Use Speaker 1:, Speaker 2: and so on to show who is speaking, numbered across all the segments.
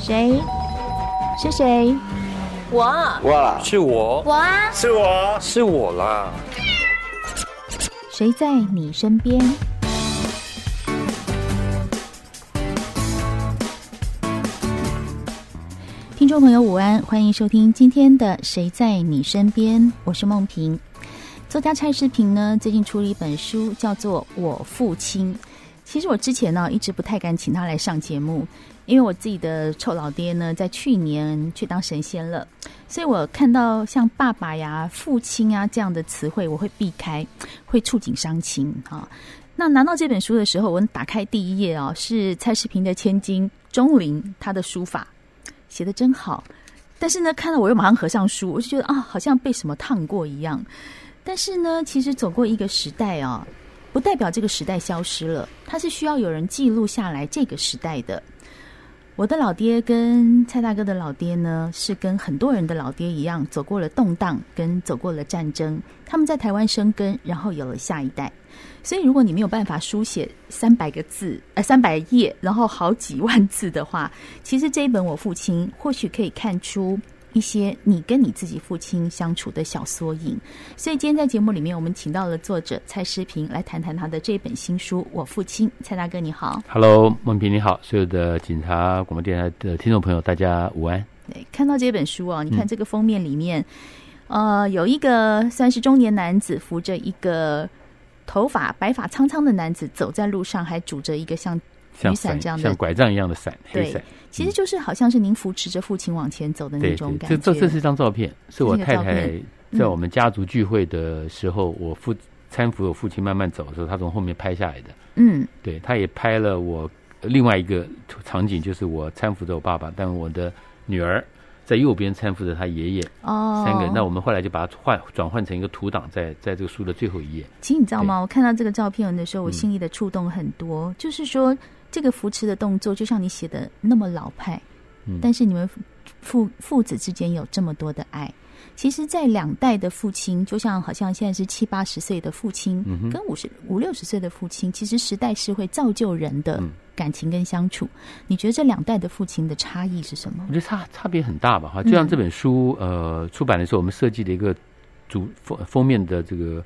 Speaker 1: 谁？是谁？
Speaker 2: 我
Speaker 3: 哇，
Speaker 4: 是我，
Speaker 2: 我啊，
Speaker 3: 是我，
Speaker 4: 是我啦！
Speaker 1: 谁在你身边？听众朋友，午安，欢迎收听今天的《谁在你身边》，我是梦萍。作家蔡世平呢，最近出了一本书，叫做《我父亲》。其实我之前呢、一直不太敢请他来上节目，因为我自己的臭老爹呢，在去年去当神仙了，所以我看到像爸爸呀、父亲啊这样的词汇，我会避开，会触景伤情哈、那拿到这本书的时候，我打开第一页哦，是蔡世平的千金钟灵，他的书法写的真好。但是呢，看到我又马上合上书，我就觉得啊，好像被什么烫过一样。但是呢，其实走过一个时代啊，不代表这个时代消失了，它是需要有人记录下来这个时代的。我的老爹跟蔡大哥的老爹呢，是跟很多人的老爹一样，走过了动荡，跟走过了战争。他们在台湾生根，然后有了下一代。所以，如果你没有办法书写三百个字，呃，三百页，然后好几万字的话，其实这一本《我父亲》或许可以看出一些你跟你自己父亲相处的小缩影。所以今天在节目里面，我们请到了作者蔡诗平来谈谈他的这本新书《我父亲》。蔡大哥你好，
Speaker 5: Hello，孟平你好，所有的警察广播电台的听众朋友，大家午安。
Speaker 1: 对，看到这本书哦，
Speaker 5: 嗯
Speaker 1: 你看这个封面里面，呃，有一个算是中年男子扶着一个头发白发苍苍的男子走在路上，还拄着一个像雨
Speaker 5: 像
Speaker 1: 伞这样的
Speaker 5: 像拐杖一样的伞，黑伞
Speaker 1: 对。，其实就是好像是您扶持着父亲往前走的那
Speaker 5: 嗯对
Speaker 1: 种
Speaker 5: 对，
Speaker 1: 感
Speaker 5: 这
Speaker 1: 觉。
Speaker 5: 这这是一张照片，是我
Speaker 1: 这是个
Speaker 5: 太
Speaker 1: 照片
Speaker 5: 太
Speaker 1: 嗯
Speaker 5: 在我们家族聚会的时候，我父搀扶我父亲慢慢走的时候，她从后面拍下来的。
Speaker 1: 嗯
Speaker 5: 对，她也拍了我另外一个场景，就是我搀扶着我爸爸，但我的女儿在右边搀扶着她爷爷，
Speaker 1: 哦，
Speaker 5: 三个人。那我们后来就把它换转换成一个图档，在在这个书的最后一页。
Speaker 1: 其实你知道吗？我看到这个照片的时候，
Speaker 5: 嗯
Speaker 1: 我心里的触动很多。就是说，这个扶持的动作，就像你写的那么老派，
Speaker 5: 嗯
Speaker 1: 但是你们父父父子之间有这么多的爱。其实，在两代的父亲，就像好像现在是七八十岁的父亲，
Speaker 5: 嗯
Speaker 1: 跟五十五六十岁的父亲，其实时代是会造就人的
Speaker 5: 嗯
Speaker 1: 感情跟相处。你觉得这两代的父亲的差异是什么
Speaker 5: 我？觉得差差别很大吧，哈，就像这本书呃出版的时候，我们设计了一个主封封面的这个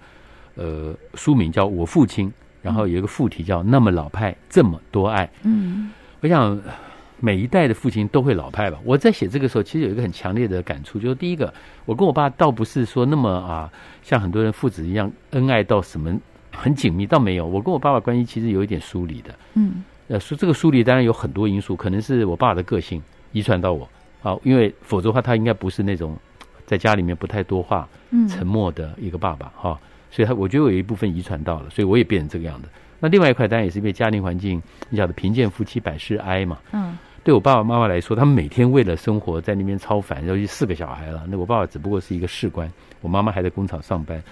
Speaker 5: 呃书名叫《我父亲》，然后有一个副题叫“那么老派这么多爱
Speaker 1: 嗯”。
Speaker 5: 我想呃每一代的父亲都会老派吧。我在写这个时候，其实有一个很强烈的感触，就是第一个，我跟我爸倒不是说那么啊，像很多人父子一样恩爱到什么很紧密，倒没有。我跟我爸爸关系其实有一点疏离的，
Speaker 1: 嗯
Speaker 5: 呃，疏这个疏离当然有很多因素，可能是我爸的个性遗传到我啊，因为否则的话他应该不是那种在家里面不太多话、
Speaker 1: 嗯
Speaker 5: 沉默的一个爸爸哈、所以他我觉得我有一部分遗传到了，所以我也变成这个样子。那另外一块当然也是因为家庭环境，你晓得贫贱夫妻百事哀嘛。
Speaker 1: 嗯
Speaker 5: 对我爸爸妈妈来说，他们每天为了生活在那边超凡，尤其四个小孩了。那我爸爸只不过是一个士官，我妈妈还在工厂上班，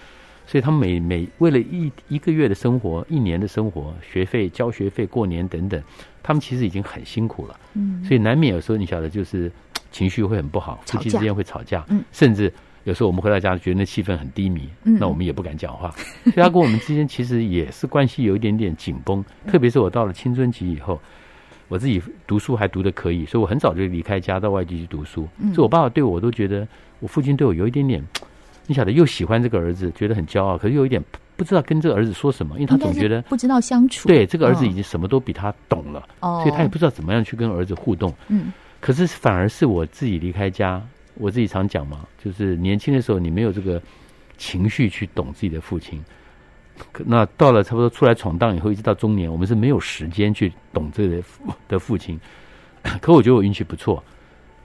Speaker 5: 所以他们每每为了一一个月的生活、一年的生活、学费、交学费、过年等等，他们其实已经很辛苦了。
Speaker 1: 嗯
Speaker 5: 所以难免有时候你晓得，就是嘖情绪会很不好，
Speaker 1: 吵
Speaker 5: 夫
Speaker 1: 架
Speaker 5: 妻之间会吵架，
Speaker 1: 嗯
Speaker 5: 甚至有时候我们回到家觉得那气氛很低迷，
Speaker 1: 嗯
Speaker 5: 那我们也不敢讲话。所以他跟我们之间其实也是关系有一点点紧绷，
Speaker 1: 嗯
Speaker 5: 特别是我到了青春期以后。我自己读书还读得可以，所以我很早就离开家到外地去读书。
Speaker 1: 嗯
Speaker 5: 所以我爸爸对我都觉得，我父亲对我有一点点，嘖你晓得，又喜欢这个儿子，觉得很骄傲，可是又有一点不知道跟这个儿子说什么，因为他
Speaker 1: 应该
Speaker 5: 总
Speaker 1: 是
Speaker 5: 觉得
Speaker 1: 不知道相处。
Speaker 5: 对这个儿子
Speaker 1: 嗯
Speaker 5: 已经什么都比他懂了，
Speaker 1: 哦，
Speaker 5: 所以他也不知道怎么样去跟儿子互动。
Speaker 1: 嗯
Speaker 5: 可是反而是我自己离开家，我自己常讲嘛，就是年轻的时候你没有这个情绪去懂自己的父亲，可那到了差不多出来闯荡以后，一直到中年，我们是没有时间去懂自己的父的父亲。 可我觉得我运气不错，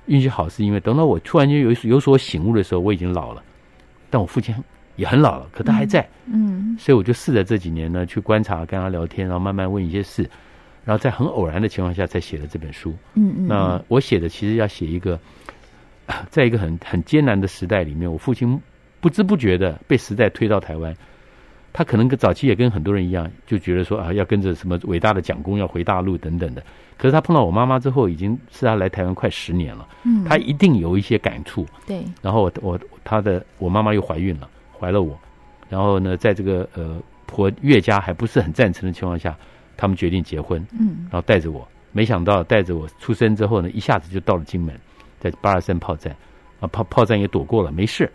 Speaker 5: 运气好是因为等到我突然间有有所醒悟的时候，我已经老了，但我父亲也很老了，可他还在。
Speaker 1: 嗯
Speaker 5: 所以我就试着这几年呢去观察，跟他聊天，然后慢慢问一些事，然后在很偶然的情况下才写了这本书。
Speaker 1: 嗯嗯，
Speaker 5: 那我写的其实要写一个， 在一个很很艰难的时代里面，我父亲不知不觉的被时代推到台湾。他可能跟早期也跟很多人一样，就觉得说啊，要跟着什么伟大的蒋公要回大陆等等的。可是他碰到我妈妈之后，已经是他来台湾快十年了，
Speaker 1: 嗯
Speaker 5: 他一定有一些感触。
Speaker 1: 对
Speaker 5: 然后我我她的我妈妈又怀孕了，怀了我，然后呢，在这个呃婆岳家还不是很赞成的情况下，他们决定结婚，
Speaker 1: 嗯
Speaker 5: 然后带着我没想到带着我出生之后呢，一下子就到了金门，在八二三炮战啊，炮炮战也躲过了，没事，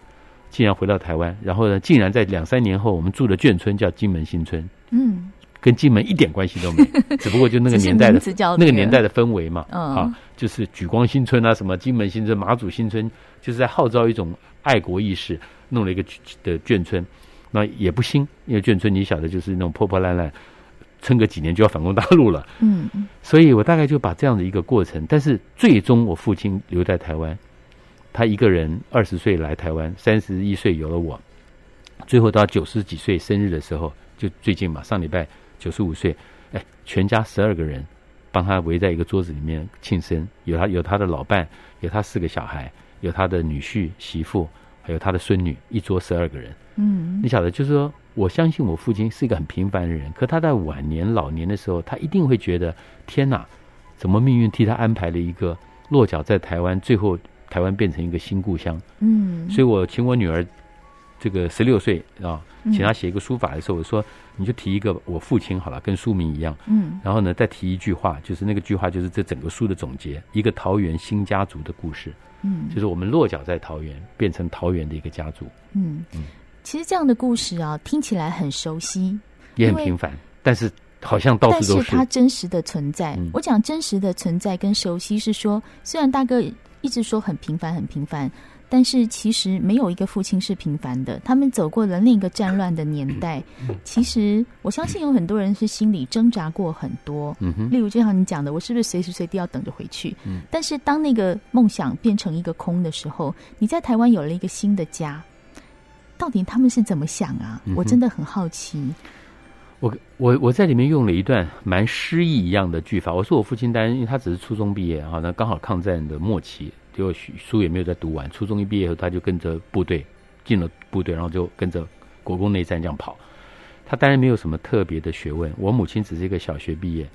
Speaker 5: 竟然回到台湾。然后呢，竟然在两三年后，我们住的眷村叫金门新村，
Speaker 1: 嗯，
Speaker 5: 跟金门一点关系都没， 只不过就那个
Speaker 1: 只是
Speaker 5: 年代的
Speaker 1: 名字叫
Speaker 5: 那个年代
Speaker 1: 的，
Speaker 5: 的氛围嘛，
Speaker 1: 嗯
Speaker 5: 啊，就是举光新村啊，什么金门新村、马祖新村，就是在号召一种爱国意识，弄了一个眷的眷村，那也不新，因为眷村你晓得就是那种破破烂烂，撑个几年就要反攻大陆了，
Speaker 1: 嗯嗯
Speaker 5: 所以我大概就把这样的一个过程，但是最终我父亲留在台湾，他一个人二十岁来台湾，三十一岁有了我，最后到九十几岁生日的时候，就最近嘛，上礼拜九十五岁，哎，全家十二个人帮他围在一个桌子里面庆生，有他有他的老伴，有他四个小孩，有他的女婿媳妇，还有他的孙女，一桌十二个人。
Speaker 1: 嗯
Speaker 5: 你晓得，就是说，我相信我父亲是一个很平凡的人，可他在晚年老年的时候，他一定会觉得，天哪，怎么命运替他安排了一个落脚在台湾，最后台湾变成一个新故乡？
Speaker 1: 嗯，
Speaker 5: 所以我请我女儿，这个十六岁啊，
Speaker 1: 嗯
Speaker 5: 请她写一个书法的时候，我说你就提一个我父亲好了，跟书名一样，
Speaker 1: 嗯
Speaker 5: 然后呢再提一句话，就是那个句话就是这整个书的总结，一个桃园新家族的故事，
Speaker 1: 嗯
Speaker 5: 就是我们落脚在桃园，变成桃园的一个家族，
Speaker 1: 嗯
Speaker 5: 嗯，
Speaker 1: 其实这样的故事啊，听起来很熟悉，
Speaker 5: 也很
Speaker 1: 因为
Speaker 5: 平凡，但是好像到
Speaker 1: 但
Speaker 5: 处都
Speaker 1: 是
Speaker 5: 是
Speaker 1: 它。真实的存在。
Speaker 5: 嗯
Speaker 1: 我讲真实的存在跟熟悉是说，虽然大哥一直说很平凡很平凡，但是其实没有一个父亲是平凡的。他们走过了另一个战乱的年代，
Speaker 5: 嗯
Speaker 1: 其实我相信有很多人是心里挣扎过很多。
Speaker 5: 嗯哼，
Speaker 1: 例如，就像你讲的，我是不是随时随地要等着回去？
Speaker 5: 嗯
Speaker 1: 但是当那个梦想变成一个空的时候，你在台湾有了一个新的家，到底他们是怎么想啊？
Speaker 5: 嗯哼
Speaker 1: 我真的很好奇。
Speaker 5: 我我我在里面用了一段蛮诗意一样的句法。我说我父亲当然，因为他只是初中毕业啊哈，那刚好抗战的末期，结果书书也没有在读完。初中一毕业后，他就跟着部队进了部队，然后就跟着国共内战这样跑。他当然没有什么特别的学问，我母亲只是一个小学毕业。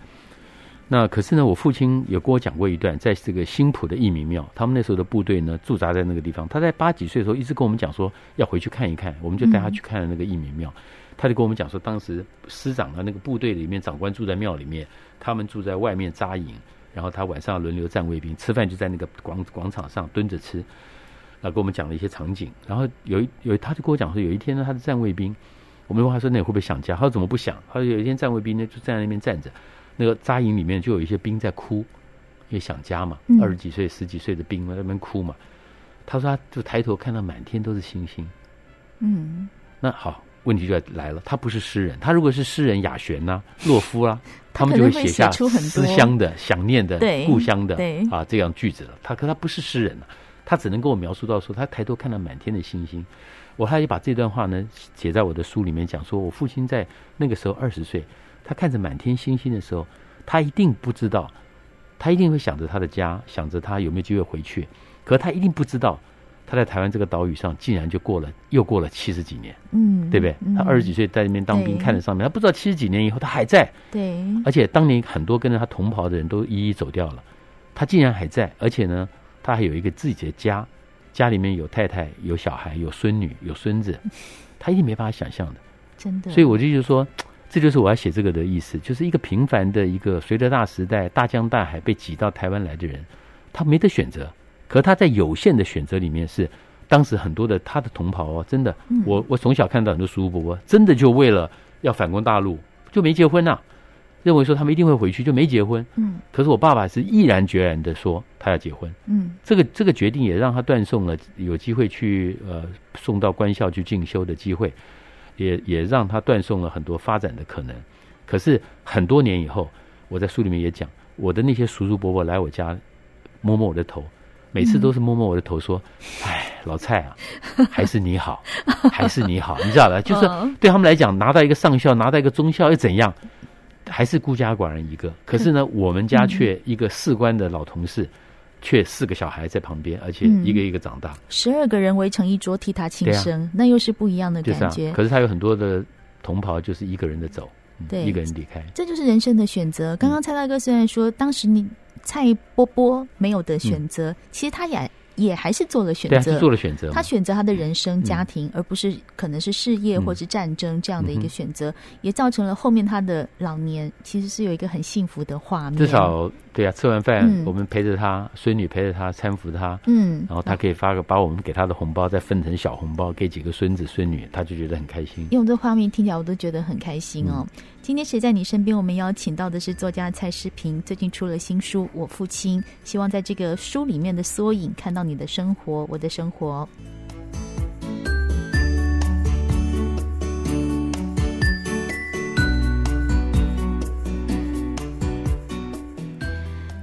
Speaker 5: 那可是呢，我父亲有跟我讲过一段，在这个新浦的义民庙，他们那时候的部队呢驻扎在那个地方。他在八几岁的时候一直跟我们讲说要回去看一看，我们就带他去看了那个义民庙。他就跟我们讲说，当时师长的那个部队里面，长官住在庙里面，他们住在外面扎营，然后他晚上轮流站卫兵，吃饭就在那个广广场上蹲着吃。然后跟我们讲了一些场景，然后有一有一他就跟我讲说，有一天呢，他是站卫兵，我们问他说那你会不会想家？他说怎么不想？他说有一天站卫兵呢就站在那边站着，那个扎营里面就有一些兵在哭，因为想家嘛
Speaker 1: 嗯，
Speaker 5: 二十几岁、十几岁的兵嘛在那边哭嘛。他说他就抬头看到满天都是星星，
Speaker 1: 嗯，
Speaker 5: 那好，问题就来了，他不是诗人，他如果是诗人，雅璇 呐、洛夫啦、
Speaker 1: 他可
Speaker 5: 他们
Speaker 1: 能
Speaker 5: 就
Speaker 1: 会
Speaker 5: 写下
Speaker 1: 写出很多
Speaker 5: 思乡的、想念的
Speaker 1: 对、
Speaker 5: 故乡的
Speaker 1: 对
Speaker 5: 啊这样句子了。他可他不是诗人啊，他只能跟我描述到说，他抬头看到满天的星星。我还把这段话呢写在我的书里面，讲说我父亲在那个时候二十岁，他看着满天星星的时候，他一定不知道，他一定会想着他的家，想着他有没有机会回去，可他一定不知道，他在台湾这个岛屿上竟然就过了又过了七十几年。
Speaker 1: 嗯，
Speaker 5: 对不对？他
Speaker 1: 嗯
Speaker 5: 二十几岁在那边当兵，
Speaker 1: 对
Speaker 5: 看着上面，他不知道七十几年以后他还在，
Speaker 1: 对，
Speaker 5: 而且当年很多跟着他同袍的人都一一走掉了，他竟然还在，而且呢，他还有一个自己的家，家里面有太太、有小孩、有孙女、有孙子，他一定没办法想象的。
Speaker 1: 真的，
Speaker 5: 所以我就就说，这就是我要写这个的意思，就是一个平凡的一个随着大时代、大江大海被挤到台湾来的人，他没得选择，可他在有限的选择里面是。当时很多的他的同袍哦，真的，
Speaker 1: 嗯
Speaker 5: 我我从小看到很多叔叔伯伯，真的就为了要反攻大陆，就没结婚呐、认为说他们一定会回去，就没结婚。
Speaker 1: 嗯
Speaker 5: 可是我爸爸是毅然决然的说他要结婚，
Speaker 1: 嗯
Speaker 5: 这个这个决定也让他断送了有机会去呃送到官校去进修的机会，也也让他断送了很多发展的可能。可是很多年以后，我在书里面也讲，我的那些叔叔伯伯来我家，摸摸我的头，每次都是摸摸我的头说：“哎、老蔡啊，还是你好，还是你好。”你知道吧？就是
Speaker 1: 嗯
Speaker 5: 对他们来讲，拿到一个上校，拿到一个中校又怎样？还是孤家寡人一个。可是呢，
Speaker 1: 嗯
Speaker 5: 我们家却一个士官的老同事，却四个小孩在旁边，而且
Speaker 1: 嗯
Speaker 5: 一个一个长大，
Speaker 1: 十二个人围成一桌替他庆
Speaker 5: 对啊
Speaker 1: 生，那又是不一样的
Speaker 5: 就是这
Speaker 1: 感
Speaker 5: 样
Speaker 1: 觉。
Speaker 5: 可是他有很多的同袍，就是一个人的走，嗯
Speaker 1: 对
Speaker 5: 一个人离开。
Speaker 1: 这就是人生的选
Speaker 5: 嗯
Speaker 1: 择。刚刚蔡大哥虽然说当时你蔡波波没有的选择，其实他也。也还是做了选
Speaker 5: 嗯对啊，
Speaker 1: 择，
Speaker 5: 就做了选择嘛。
Speaker 1: 他选择他的人生、
Speaker 5: 嗯
Speaker 1: 家庭，而不是可能是事业
Speaker 5: 嗯
Speaker 1: 或是战争这样的一
Speaker 5: 嗯
Speaker 1: 个
Speaker 5: 哼
Speaker 1: 选择，也造成了后面他的老年其实是有一个很幸福的画面。
Speaker 5: 至少对啊，吃完饭、
Speaker 1: 嗯
Speaker 5: 我们陪着他，孙女陪着他，搀扶他，
Speaker 1: 嗯，
Speaker 5: 然后他可以发个把我们给他的红包再分成小红包给几个孙子孙女，他就觉得很开心。
Speaker 1: 用这画面听起来我都觉得很开心哦。今天谁在你身边？我们邀请到的是作家蔡诗平，最近出了新书《我父亲》，希望在这个书里面的缩影，看到你的生活，我的生活。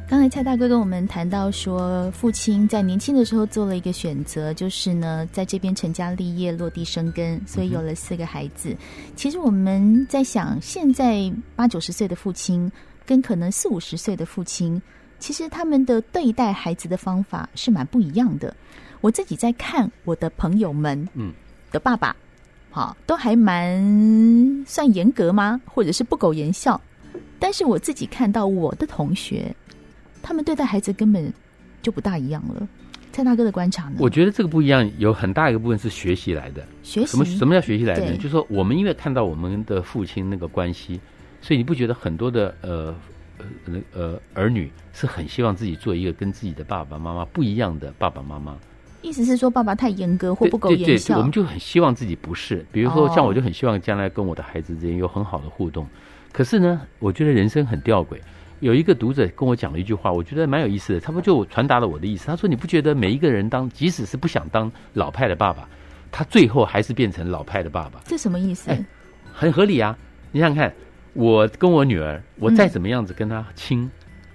Speaker 1: 刚才蔡大哥跟我们谈到说，父亲在年轻的时候做了一个选择，就是呢，在这边成家立业、落地生根，所以有了四个孩子。其实我们在想，现在八九十岁的父亲跟可能四五十岁的父亲，其实他们的对待孩子的方法是蛮不一样的。我自己在看我的朋友们，
Speaker 5: 嗯，
Speaker 1: 的爸爸，好，都还蛮算严格吗？或者是不苟言笑？但是我自己看到我的同学，他们对待孩子根本就不大一样了。蔡大哥的观察呢？
Speaker 5: 我觉得这个不一样，有很大一个部分是学习来的。
Speaker 1: 学习
Speaker 5: 什么什么叫学习来的
Speaker 1: 对
Speaker 5: 呢？就是说我们因为看到我们的父亲那个关系，所以你不觉得很多的呃呃呃儿女是很希望自己做一个跟自己的爸爸妈妈不一样的爸爸妈妈，
Speaker 1: 意思是说爸爸太严格或
Speaker 5: 对
Speaker 1: 不苟
Speaker 5: 对
Speaker 1: 言
Speaker 5: 对，
Speaker 1: 笑，
Speaker 5: 我们就很希望自己不是。比如说
Speaker 1: 哦
Speaker 5: 像我就很希望将来跟我的孩子之间有很好的互动，可是呢，我觉得人生很吊诡。有一个读者跟我讲了一句话，我觉得蛮有意思的，他不就传达了我的意思。他说：“你不觉得每一个人当，即使是不想当老派的爸爸，他最后还是变成老派的爸爸。”
Speaker 1: 这什么意思？
Speaker 5: 哎很合理啊。你想想看，我跟我女儿，我再怎么样子跟她亲，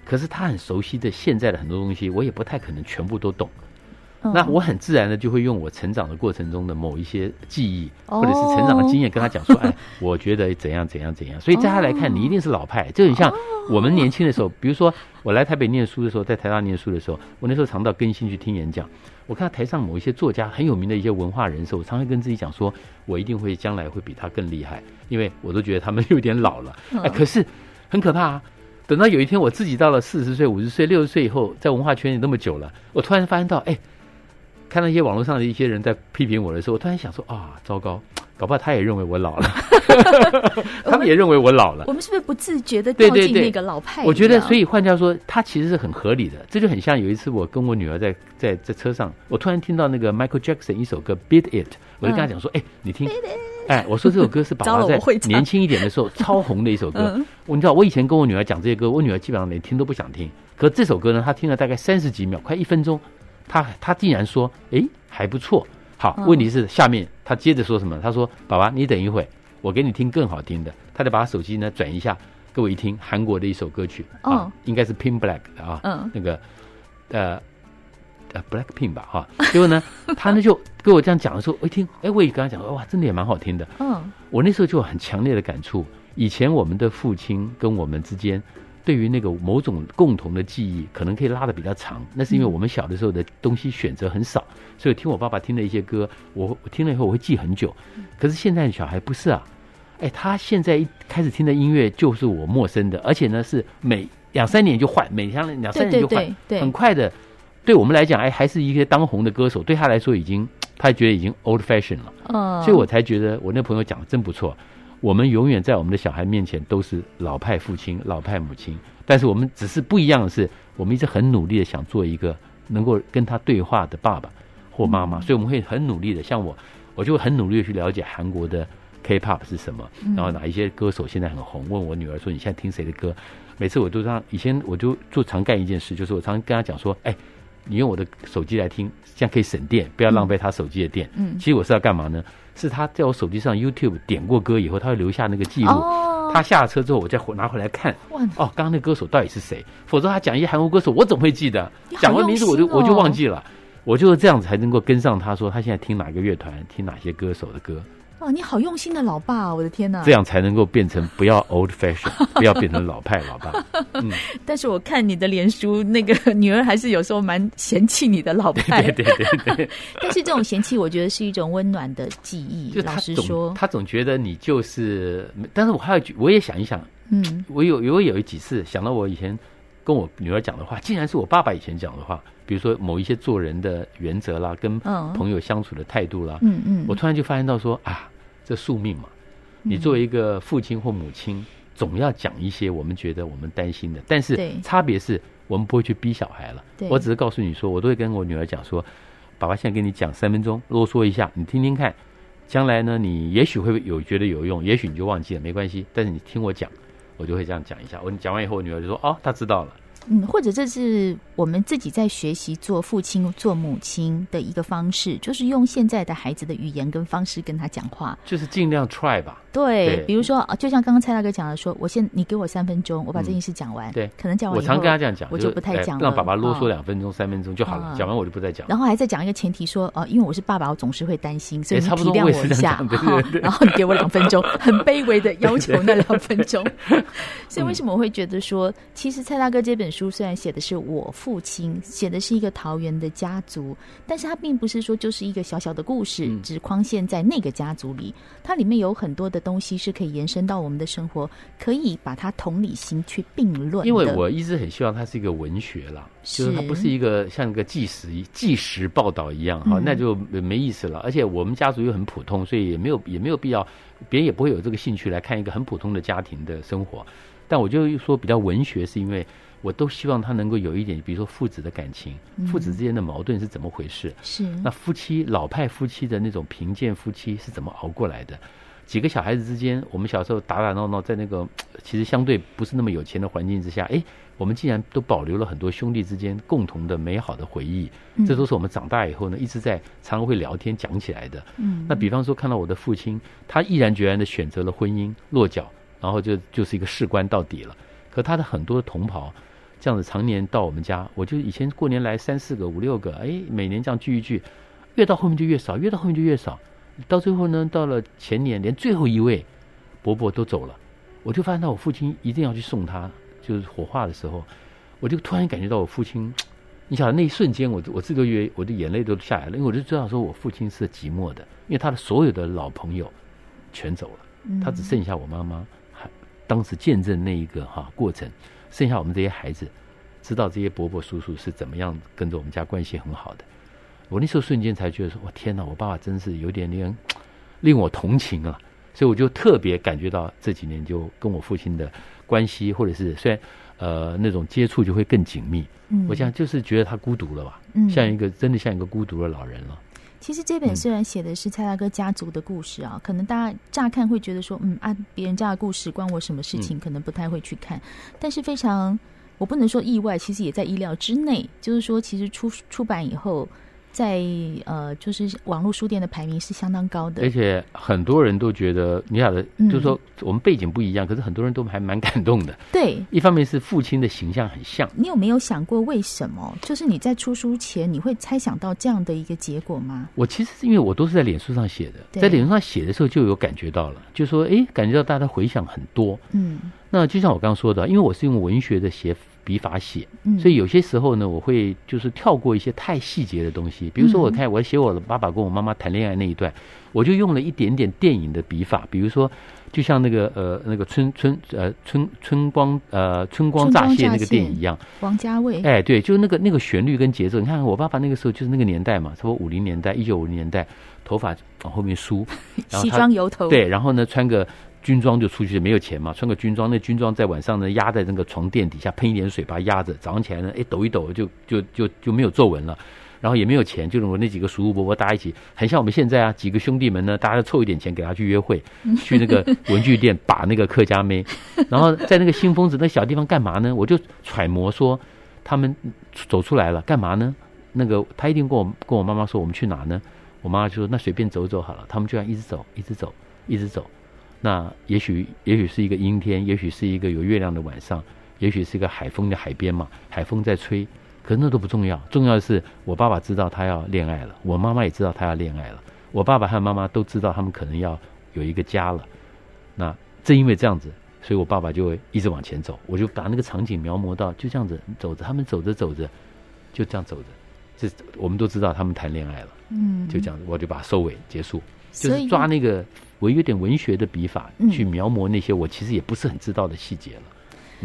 Speaker 5: 可是她很熟悉的现在的很多东西，我也不太可能全部都懂。
Speaker 1: 嗯
Speaker 5: 那我很自然的就会用我成长的过程中的某一些记忆，
Speaker 1: 哦
Speaker 5: 或者是成长的经验跟她讲说， 哎，我觉得怎样怎样怎样。所以在她来看，
Speaker 1: 哦
Speaker 5: 你一定是老派，就很像我们年轻的时候，比如说我来台北念书的时候，在台大念书的时候，我那时候常到更新去听演讲。我看到台上某一些作家很有名的一些文化人士，我常会跟自己讲说，我一定会将来会比他更厉害，因为我都觉得他们有点老了。
Speaker 1: 嗯
Speaker 5: 哎，可是很可怕啊！等到有一天我自己到了四十岁、五十岁、六十岁以后，在文化圈里那么久了，我突然发现到，哎，看到一些网络上的一些人在批评我的时候，我突然想说啊，糟糕，搞不好他也认为我 老了，他们也认为我老了。
Speaker 1: 我们是不是不自觉的掉
Speaker 5: 对对
Speaker 1: 进
Speaker 5: 对
Speaker 1: 那个老派里啊？
Speaker 5: 我觉得，所以换句话说，它其实是很合理的。这就很像有一次我跟我女儿在在在车上，我突然听到那个 Michael Jackson 一首歌《Beat It》，我就跟她讲说：“
Speaker 1: 嗯
Speaker 5: 哎、你听，哎，我说这首歌是 爸
Speaker 1: 糟了
Speaker 5: 爸在
Speaker 1: 我会唱嗯
Speaker 5: 年轻一点的时候 超红的一首歌。我你知道，我以前跟我女儿讲这些歌，我女儿基本上连听都不想听。可这首歌呢，她听了大概三十几秒，快一分钟，她她竟然说：‘哎，还不错。’好，
Speaker 1: 嗯
Speaker 5: 问题是下面她接着说什么？她说：‘爸爸，你等一会儿，我给你听更好听的。’她就把她手机呢转一下。”给我一听韩国的一首歌曲
Speaker 1: 哦
Speaker 5: 啊，应该是 Pin Black 的啊，
Speaker 1: 嗯
Speaker 5: 那个呃呃 Black Pin 吧哈、结果呢，他呢就跟我这样讲的时候，我一听，哎，我也跟他讲，哇，真的也蛮好听的。
Speaker 1: 嗯，
Speaker 5: 我那时候就有很强烈的感触，以前我们的父亲跟我们之间。对于那个某种共同的记忆，可能可以拉的比较长，那是因为
Speaker 1: 嗯
Speaker 5: 我们小的时候的东西选择很少，所以听我爸爸听的一些歌，我我听了以后我会记很久。
Speaker 1: 嗯
Speaker 5: 可是现在的小孩不是啊，哎，他现在一开始听的音乐就是我陌生的，而且呢是每两三年就换，每两两三
Speaker 1: 对对
Speaker 5: 年就换，
Speaker 1: 对
Speaker 5: 很
Speaker 1: 对，
Speaker 5: 快的。对我们来讲，哎，还是一个当红的歌手，对他来说已经，他觉得已经 old fashion 了。
Speaker 1: 嗯，
Speaker 5: 所以我才觉得我那朋友讲的真不错。我们永远在我们的小孩面前都是老派父亲、老派母亲，但是我们只是不一样的是，我们一直很努力的想做一个能够跟他对话的爸爸或妈妈，所以我们会很努力的，像我，我就会很努力的去了解韩国的 K-pop 是什么，然后哪一些歌手现在很红，问我女儿说你现在听谁的歌？每次我都让以前我就做常干一件事，就是我常跟她讲说，哎，你用我的手机来听，这样可以省电，不要浪费她手机的电。
Speaker 1: 嗯
Speaker 5: 其实我是要干嘛呢？是她在我手机上 YouTube 点过歌以后，她会留下那个记录。
Speaker 1: 哦，
Speaker 5: 她下了车之后，我再回拿回来看。
Speaker 1: 哇
Speaker 5: 哦，刚刚那歌手到底是谁？否则她讲一些韩国歌手，我怎么会记得
Speaker 1: 你？好
Speaker 5: 讲完名字我就、
Speaker 1: 用心哦
Speaker 5: 我就忘记了。我就是这样子才能够跟上她说她现在听哪个乐团，听哪些歌手的歌。
Speaker 1: 哇，你好用心的老爸哦，我的天哪！
Speaker 5: 这样才能够变成不要 old fashion，不要变成老派 老爸。
Speaker 1: 但是我看你的脸书，那个女儿还是有时候蛮嫌弃你的老派。
Speaker 5: 对对对对，
Speaker 1: 但是这种嫌弃，我觉得是一种温暖的记忆
Speaker 5: 就。
Speaker 1: 老
Speaker 5: 他
Speaker 1: 实
Speaker 5: 总
Speaker 1: 说，
Speaker 5: 他总觉得你就是，但是我还有我也想一想，
Speaker 1: 嗯
Speaker 5: 我有我有几次想到我以前跟我女儿讲的话，竟然是我爸爸以前讲的话，比如说某一些做人的原则啦，跟
Speaker 1: 嗯
Speaker 5: 朋友相处的态度啦，
Speaker 1: 嗯嗯，
Speaker 5: 我突然就发现到说啊，这宿命嘛，你作为一
Speaker 1: 嗯
Speaker 5: 个父亲或母亲，总要讲一些我们觉得我们担心的，但是
Speaker 1: 对
Speaker 5: 差别是我们不会去逼小孩了
Speaker 1: 对，
Speaker 5: 我只是告诉你说，我都会跟我女儿讲说，爸爸现在跟你讲三分钟，啰嗦一下，你听听看，将来呢，你也许会有觉得有用，也许你就忘记了，没关系，但是你听我讲，我就会这样讲一下，我讲完以后，我女儿就说哦，她知道了。
Speaker 1: 嗯，或者这是我们自己在学习做父亲、做母亲的一个方式，就是用现在的孩子的语言跟方式跟他讲话。
Speaker 5: 就是尽量 try 吧，
Speaker 1: 对，
Speaker 5: 对
Speaker 1: 比如说，啊就像刚刚蔡大哥讲的，说我现你给我三分钟，我把这件事讲完。
Speaker 5: 嗯对
Speaker 1: 可能讲完
Speaker 5: 我
Speaker 1: 以
Speaker 5: 常
Speaker 1: 后
Speaker 5: 跟他这样讲，
Speaker 1: 我就是不太
Speaker 5: 哎
Speaker 1: 讲
Speaker 5: 让
Speaker 1: 了
Speaker 5: 爸爸啰
Speaker 1: 嗯
Speaker 5: 嗦两分钟、三分钟就好了，
Speaker 1: 嗯
Speaker 5: 讲完我就不再讲了。
Speaker 1: 然后还在讲一个前提说，哦、因为我是爸爸，我总是会担心，所以
Speaker 5: 也
Speaker 1: 你
Speaker 5: 差不
Speaker 1: 体
Speaker 5: 多
Speaker 1: 谅
Speaker 5: 我也是
Speaker 1: 一
Speaker 5: 这
Speaker 1: 下
Speaker 5: 样。讲对对
Speaker 1: 哦然后你给我两分钟，很卑微的要求那两分 钟。所
Speaker 5: 嗯
Speaker 1: 以为什么我会觉得说，其实蔡大哥这本书虽然写的是我父亲，写的是一个桃园的家族，但是他并不是说就是一个小小的故事，
Speaker 5: 嗯
Speaker 1: 只框限在那个家族里。它里面有很多的东西是可以延伸到我们的生活，可以把它同理心去并论的。
Speaker 5: 因为我一直很希望它是一个文学啦，
Speaker 1: 是
Speaker 5: 就是它不是一个像一个纪实纪实报道一样哈、
Speaker 1: 嗯
Speaker 5: 那就没意思了。而且我们家族又很普通，所以也没有也没有必要，别人也不会有这个兴趣来看一个很普通的家庭的生活。但我就说比较文学，是因为我都希望它能够有一点，比如说父子的感情，
Speaker 1: 嗯
Speaker 5: 父子之间的矛盾是怎么回事，
Speaker 1: 是
Speaker 5: 那夫妻老派夫妻的那种贫贱夫妻是怎么熬过来的？几个小孩子之间，我们小时候打打闹闹，在那个呃其实相对不是那么有钱的环境之下，哎，我们竟然都保留了很多兄弟之间共同的美好的回忆。这都是我们长大以后呢，一直在常常会聊天讲起来的。
Speaker 1: 嗯
Speaker 5: 那比方说，看到我的父亲，他毅然决然的选择了婚姻，落脚，然后就就是一个士官到底了。可他的很多同袍，这样子常年到我们家，我就以前过年来三四个、五六个，哎，每年这样聚一聚，越到后面就越少，越到后面就越少，到最后呢，到了前年，连最后一位伯伯都走了，我就发现到我父亲一定要去送他，就是火化的时候，我就突然感觉到我父亲，你想那一瞬间我，我自己都以为我的眼泪都下来了，因为我就知道说我父亲是寂寞的，因为他的所有的老朋友全走了。
Speaker 1: 嗯
Speaker 5: 他只剩下我妈妈，还当时见证那一个哈、过程，剩下我们这些孩子，知道这些伯伯叔叔是怎么样跟着我们家关系很好的。我那时候瞬间才觉得说，我天哪，我爸爸真是有点令人令我同情啊！所以我就特别感觉到这几年就跟我父亲的关系，或者是虽然呃那种接触就会更紧密。
Speaker 1: 嗯
Speaker 5: 我想就是觉得他孤独了吧，
Speaker 1: 嗯
Speaker 5: 像一个真的像一个孤独的老人了。
Speaker 1: 其实这
Speaker 5: 嗯
Speaker 1: 本虽然写的是蔡大哥家族的故事啊，可能大家乍看会觉得说，嗯，按别人家的故事关我什么事
Speaker 5: 嗯
Speaker 1: 情，可能不太会去看，但是非常，我不能说意外，其实也在意料之内。就是说，其实出出版以后，在呃，就是网络书店的排名是相当高
Speaker 5: 而
Speaker 1: 的。
Speaker 5: 且很多人都觉得，你晓得，
Speaker 1: 嗯
Speaker 5: 就是说我们背景不一样，可是很多人都还蛮感动的。
Speaker 1: 对
Speaker 5: 一方面是父亲的形象很像，
Speaker 1: 你有没有想过为什么？就是你在出书前，你会猜想到这样的一个结果吗？
Speaker 5: 我其实是因为我都是在脸书上写的，
Speaker 1: 对
Speaker 5: 在脸书上写的时候就有感觉到了，就说诶，感觉到大家回响很多。
Speaker 1: 嗯
Speaker 5: 那就像我刚刚说的，因为我是用文学的写笔法写，
Speaker 1: 嗯，
Speaker 5: 所以有些时候呢，我会就是跳过一些太细节的东西。比如说，我
Speaker 1: 嗯
Speaker 5: 看我写我的爸爸跟我妈妈谈恋爱那一段，我就用了一点点电影的笔法，比如说，就像那个呃那个春春呃春春光呃春光
Speaker 1: 春
Speaker 5: 乍
Speaker 1: 光
Speaker 5: 泄
Speaker 1: 乍
Speaker 5: 那个电
Speaker 1: 泄
Speaker 5: 影一样，
Speaker 1: 王家卫，
Speaker 5: 哎，对，就是那个那个旋律跟节奏。你看我爸爸那个时候就是那个年代嘛，差不多五零年代、一九五零年代，头发往后面 梳，然后
Speaker 1: 西
Speaker 5: 他
Speaker 1: 装油头，
Speaker 5: 对，然后呢穿个军装就出去，没有钱嘛，穿个军装，那军装在晚上呢压在那个床垫底下，喷一点水把它压着，早上起来呢，哎抖一抖就就就就没有皱纹了。然后也没有钱，就是我那几个叔叔伯伯，大家一起，很像我们现在啊，几个兄弟们呢，大家凑一点钱给他去约会，去那个文具店把那个客家妹， 然后在那个新疯子那小地方干嘛呢？我就揣摩说，他们走出来了干嘛呢？那个他一定跟我跟我妈妈说我们去哪呢？我妈妈就说那随便走走好了。他们就这样一直走，一直走，一直走。那也许也许是一个阴天，也许是一个有月亮的晚上，也许是一个海风的海边嘛，海风在吹。可是那都不重要，重要的是我爸爸知道他要恋爱了，我妈妈也知道他要恋爱了，我爸爸和妈妈都知道他们可能要有一个家了。那正因为这样子，所以我爸爸就会一直往前走，我就把那个场景描摹到就这样子走着，他们走着走着，就这样走着，这我们都知道他们谈恋爱了，
Speaker 1: 嗯，
Speaker 5: 就这样子，我就把它收尾结束，就
Speaker 1: 所以
Speaker 5: 是抓那个我有点文学的笔法
Speaker 1: 嗯
Speaker 5: 去描摹那些我其实也不是很知道的细节了。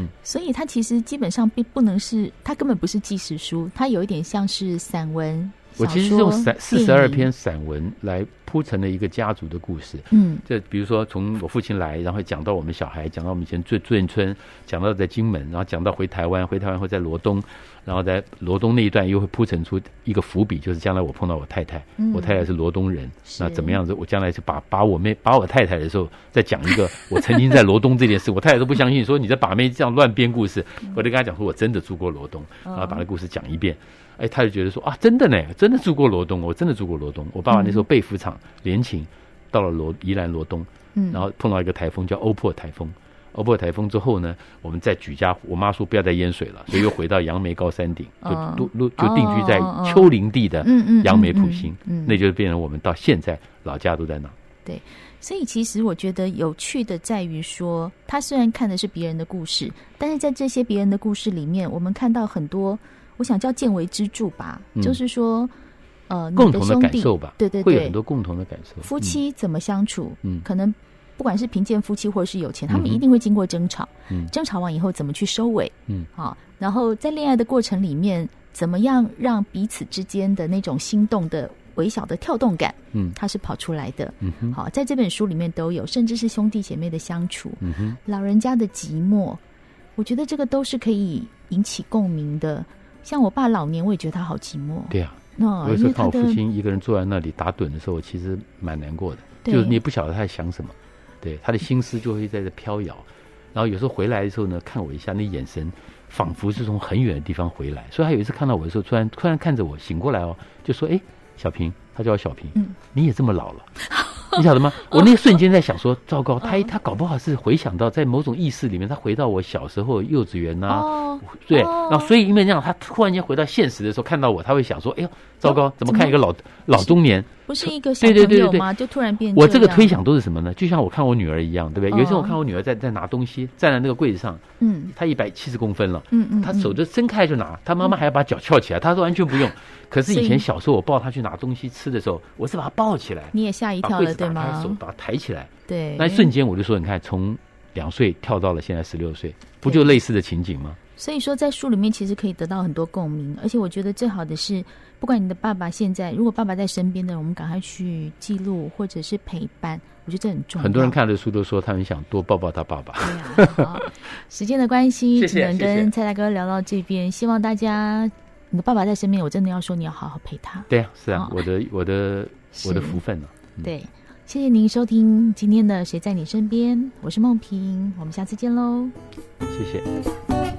Speaker 5: 嗯，
Speaker 1: 所以它其实基本上并不能是，它根本不是纪实书，它有一点像是散文。
Speaker 5: 我其实
Speaker 1: 小
Speaker 5: 是
Speaker 1: 说
Speaker 5: 用散四十二，
Speaker 1: 电
Speaker 5: 篇
Speaker 1: 影
Speaker 5: 散文来铺成了一个家族的故事。
Speaker 1: 嗯
Speaker 5: 这比如说从我父亲来，然后讲到我们小孩，讲到我们以前住住眷村，讲到在金门，然后讲到回台湾，回台湾会在罗东，然后在罗东那一段又会铺陈出一个伏笔，就是将来我碰到我太太，
Speaker 1: 嗯
Speaker 5: 我太太是罗东人，
Speaker 1: 是
Speaker 5: 那怎么样子？我将来就把把我妹把我太太的时候，再讲一个我曾经在罗东这件事，我太太都不相信，说你在把妹这样乱编故事，我就跟她讲说我真的住过罗东，
Speaker 1: 哦
Speaker 5: 然后把那故事讲一遍。哎，她就觉得说啊，真的呢，真的住过罗东，我真的住过罗东。我爸爸那时候被服厂联勤，到了罗宜兰罗东，
Speaker 1: 嗯，
Speaker 5: 然后碰到一个台风叫欧珀台风。欧珀台风之后呢，我们再举家，我妈说不要再淹水了，所以又回到杨梅高山 顶，就
Speaker 1: 哦
Speaker 5: 都都就定居在
Speaker 1: 哦哦哦
Speaker 5: 丘陵地的
Speaker 1: 嗯嗯，
Speaker 5: 杨梅
Speaker 1: 嗯
Speaker 5: 浦
Speaker 1: 嗯
Speaker 5: 兴，
Speaker 1: 嗯
Speaker 5: 那就变成我们到现在老家都在哪。
Speaker 1: 所以其实我觉得有趣的在于说，他虽然看的是别人的故事，但是在这些别人的故事里面，我们看到很多，我想叫见微知著吧，
Speaker 5: 嗯
Speaker 1: 就是说，呃，你
Speaker 5: 共同的
Speaker 1: 兄
Speaker 5: 感
Speaker 1: 弟
Speaker 5: 受嗯吧，
Speaker 1: 对对对，
Speaker 5: 会有很多共同的感受。
Speaker 1: 夫妻怎么相处，
Speaker 5: 嗯，
Speaker 1: 可能不管是贫贱夫妻或者是有钱，他们
Speaker 5: 嗯哼
Speaker 1: 一定会经过争吵，
Speaker 5: 嗯
Speaker 1: 争吵完以后怎么去收尾，
Speaker 5: 嗯，
Speaker 1: 好，然后在恋爱的过程里面，怎么样让彼此之间的那种心动的微小的跳动感，
Speaker 5: 嗯
Speaker 1: 它是跑出来的，
Speaker 5: 嗯嗯哼，
Speaker 1: 好，在这本书里面都有，甚至是兄弟姐妹的相处，
Speaker 5: 嗯哼，
Speaker 1: 老人家的寂寞，我觉得这个都是可以引起共鸣的。像我爸老年，我也觉得他好寂寞。
Speaker 5: 对啊，
Speaker 1: 那、
Speaker 5: 我有
Speaker 1: 因
Speaker 5: 时候
Speaker 1: 为
Speaker 5: 看
Speaker 1: 他
Speaker 5: 我
Speaker 1: 的
Speaker 5: 父亲一个人坐在那里打盹的时候，我其实蛮难过的，
Speaker 1: 对
Speaker 5: 就是你也不晓得他在想什么，对，他的心思就会在这飘摇。然后有时候回来的时候呢，看我一下，那眼神仿佛是从很远的地方回来。所以他有一次看到我的时候，突然突然看着我醒过来哦，就说：“哎，小平，他叫我小平，
Speaker 1: 嗯
Speaker 5: 你也这么老了。”你晓得吗？我那一瞬间在想说，糟糕，他
Speaker 1: 嗯
Speaker 5: 他搞不好是回想到在某种意识里面，他回到我小时候幼稚园呐、啊
Speaker 1: 哦，
Speaker 5: 对，
Speaker 1: 哦
Speaker 5: 然后所以因为这样，他突然间回到现实的时候，看到我，他会想说：“哎呦，糟糕，怎么看一个老老中年
Speaker 1: 不是一个小
Speaker 5: 对
Speaker 1: 朋
Speaker 5: 对
Speaker 1: 友吗？
Speaker 5: 对对
Speaker 1: 就突然？”变
Speaker 5: 我这个
Speaker 1: 样
Speaker 5: 推，想都是什么呢？就像我看我女儿一样，对不对？有一次我
Speaker 1: 嗯
Speaker 5: 看我女儿在在拿东西，站在那个柜子上，
Speaker 1: 嗯
Speaker 5: 她一百七十公分了，
Speaker 1: 嗯嗯，
Speaker 5: 她手就伸开就拿，她妈妈还要把脚翘起来，她说完全不用。可是
Speaker 1: 所以
Speaker 5: 以前小时候我抱她去拿东西吃的时候，我是把她抱起来，
Speaker 1: 你也吓一
Speaker 5: 把
Speaker 1: 跳
Speaker 5: 柜
Speaker 1: 了，
Speaker 5: 啊子
Speaker 1: 对
Speaker 5: 打开，手
Speaker 1: 吗？
Speaker 5: 把她抬起来，
Speaker 1: 对，
Speaker 5: 那一瞬间我就说：“你看，从两岁跳到了现在十六岁，不就类似的情景吗？”
Speaker 1: 所以说，在书里面其实可以得到很多共鸣，而且我觉得最好的是，不管你的爸爸现在，如果爸爸在身边的，我们赶快去记录或者是陪伴，我觉得这很重要。
Speaker 5: 很多人看了书都说他们想多抱抱他爸爸。
Speaker 1: 对呀， 好，时间的关系，
Speaker 5: 谢
Speaker 1: 只
Speaker 5: 谢
Speaker 1: 能
Speaker 5: 谢
Speaker 1: 跟
Speaker 5: 谢
Speaker 1: 蔡大哥聊到这边。希望大家，你的爸爸在身边，我真的要说你要好好陪他。
Speaker 5: 对啊，是啊，
Speaker 1: 哦
Speaker 5: 我的我的
Speaker 1: 是
Speaker 5: 我的福分呢、嗯
Speaker 1: 对，谢谢您收听今天的《谁在你身边》，我是梦萍，我们下次见喽。
Speaker 5: 谢谢。
Speaker 2: Thank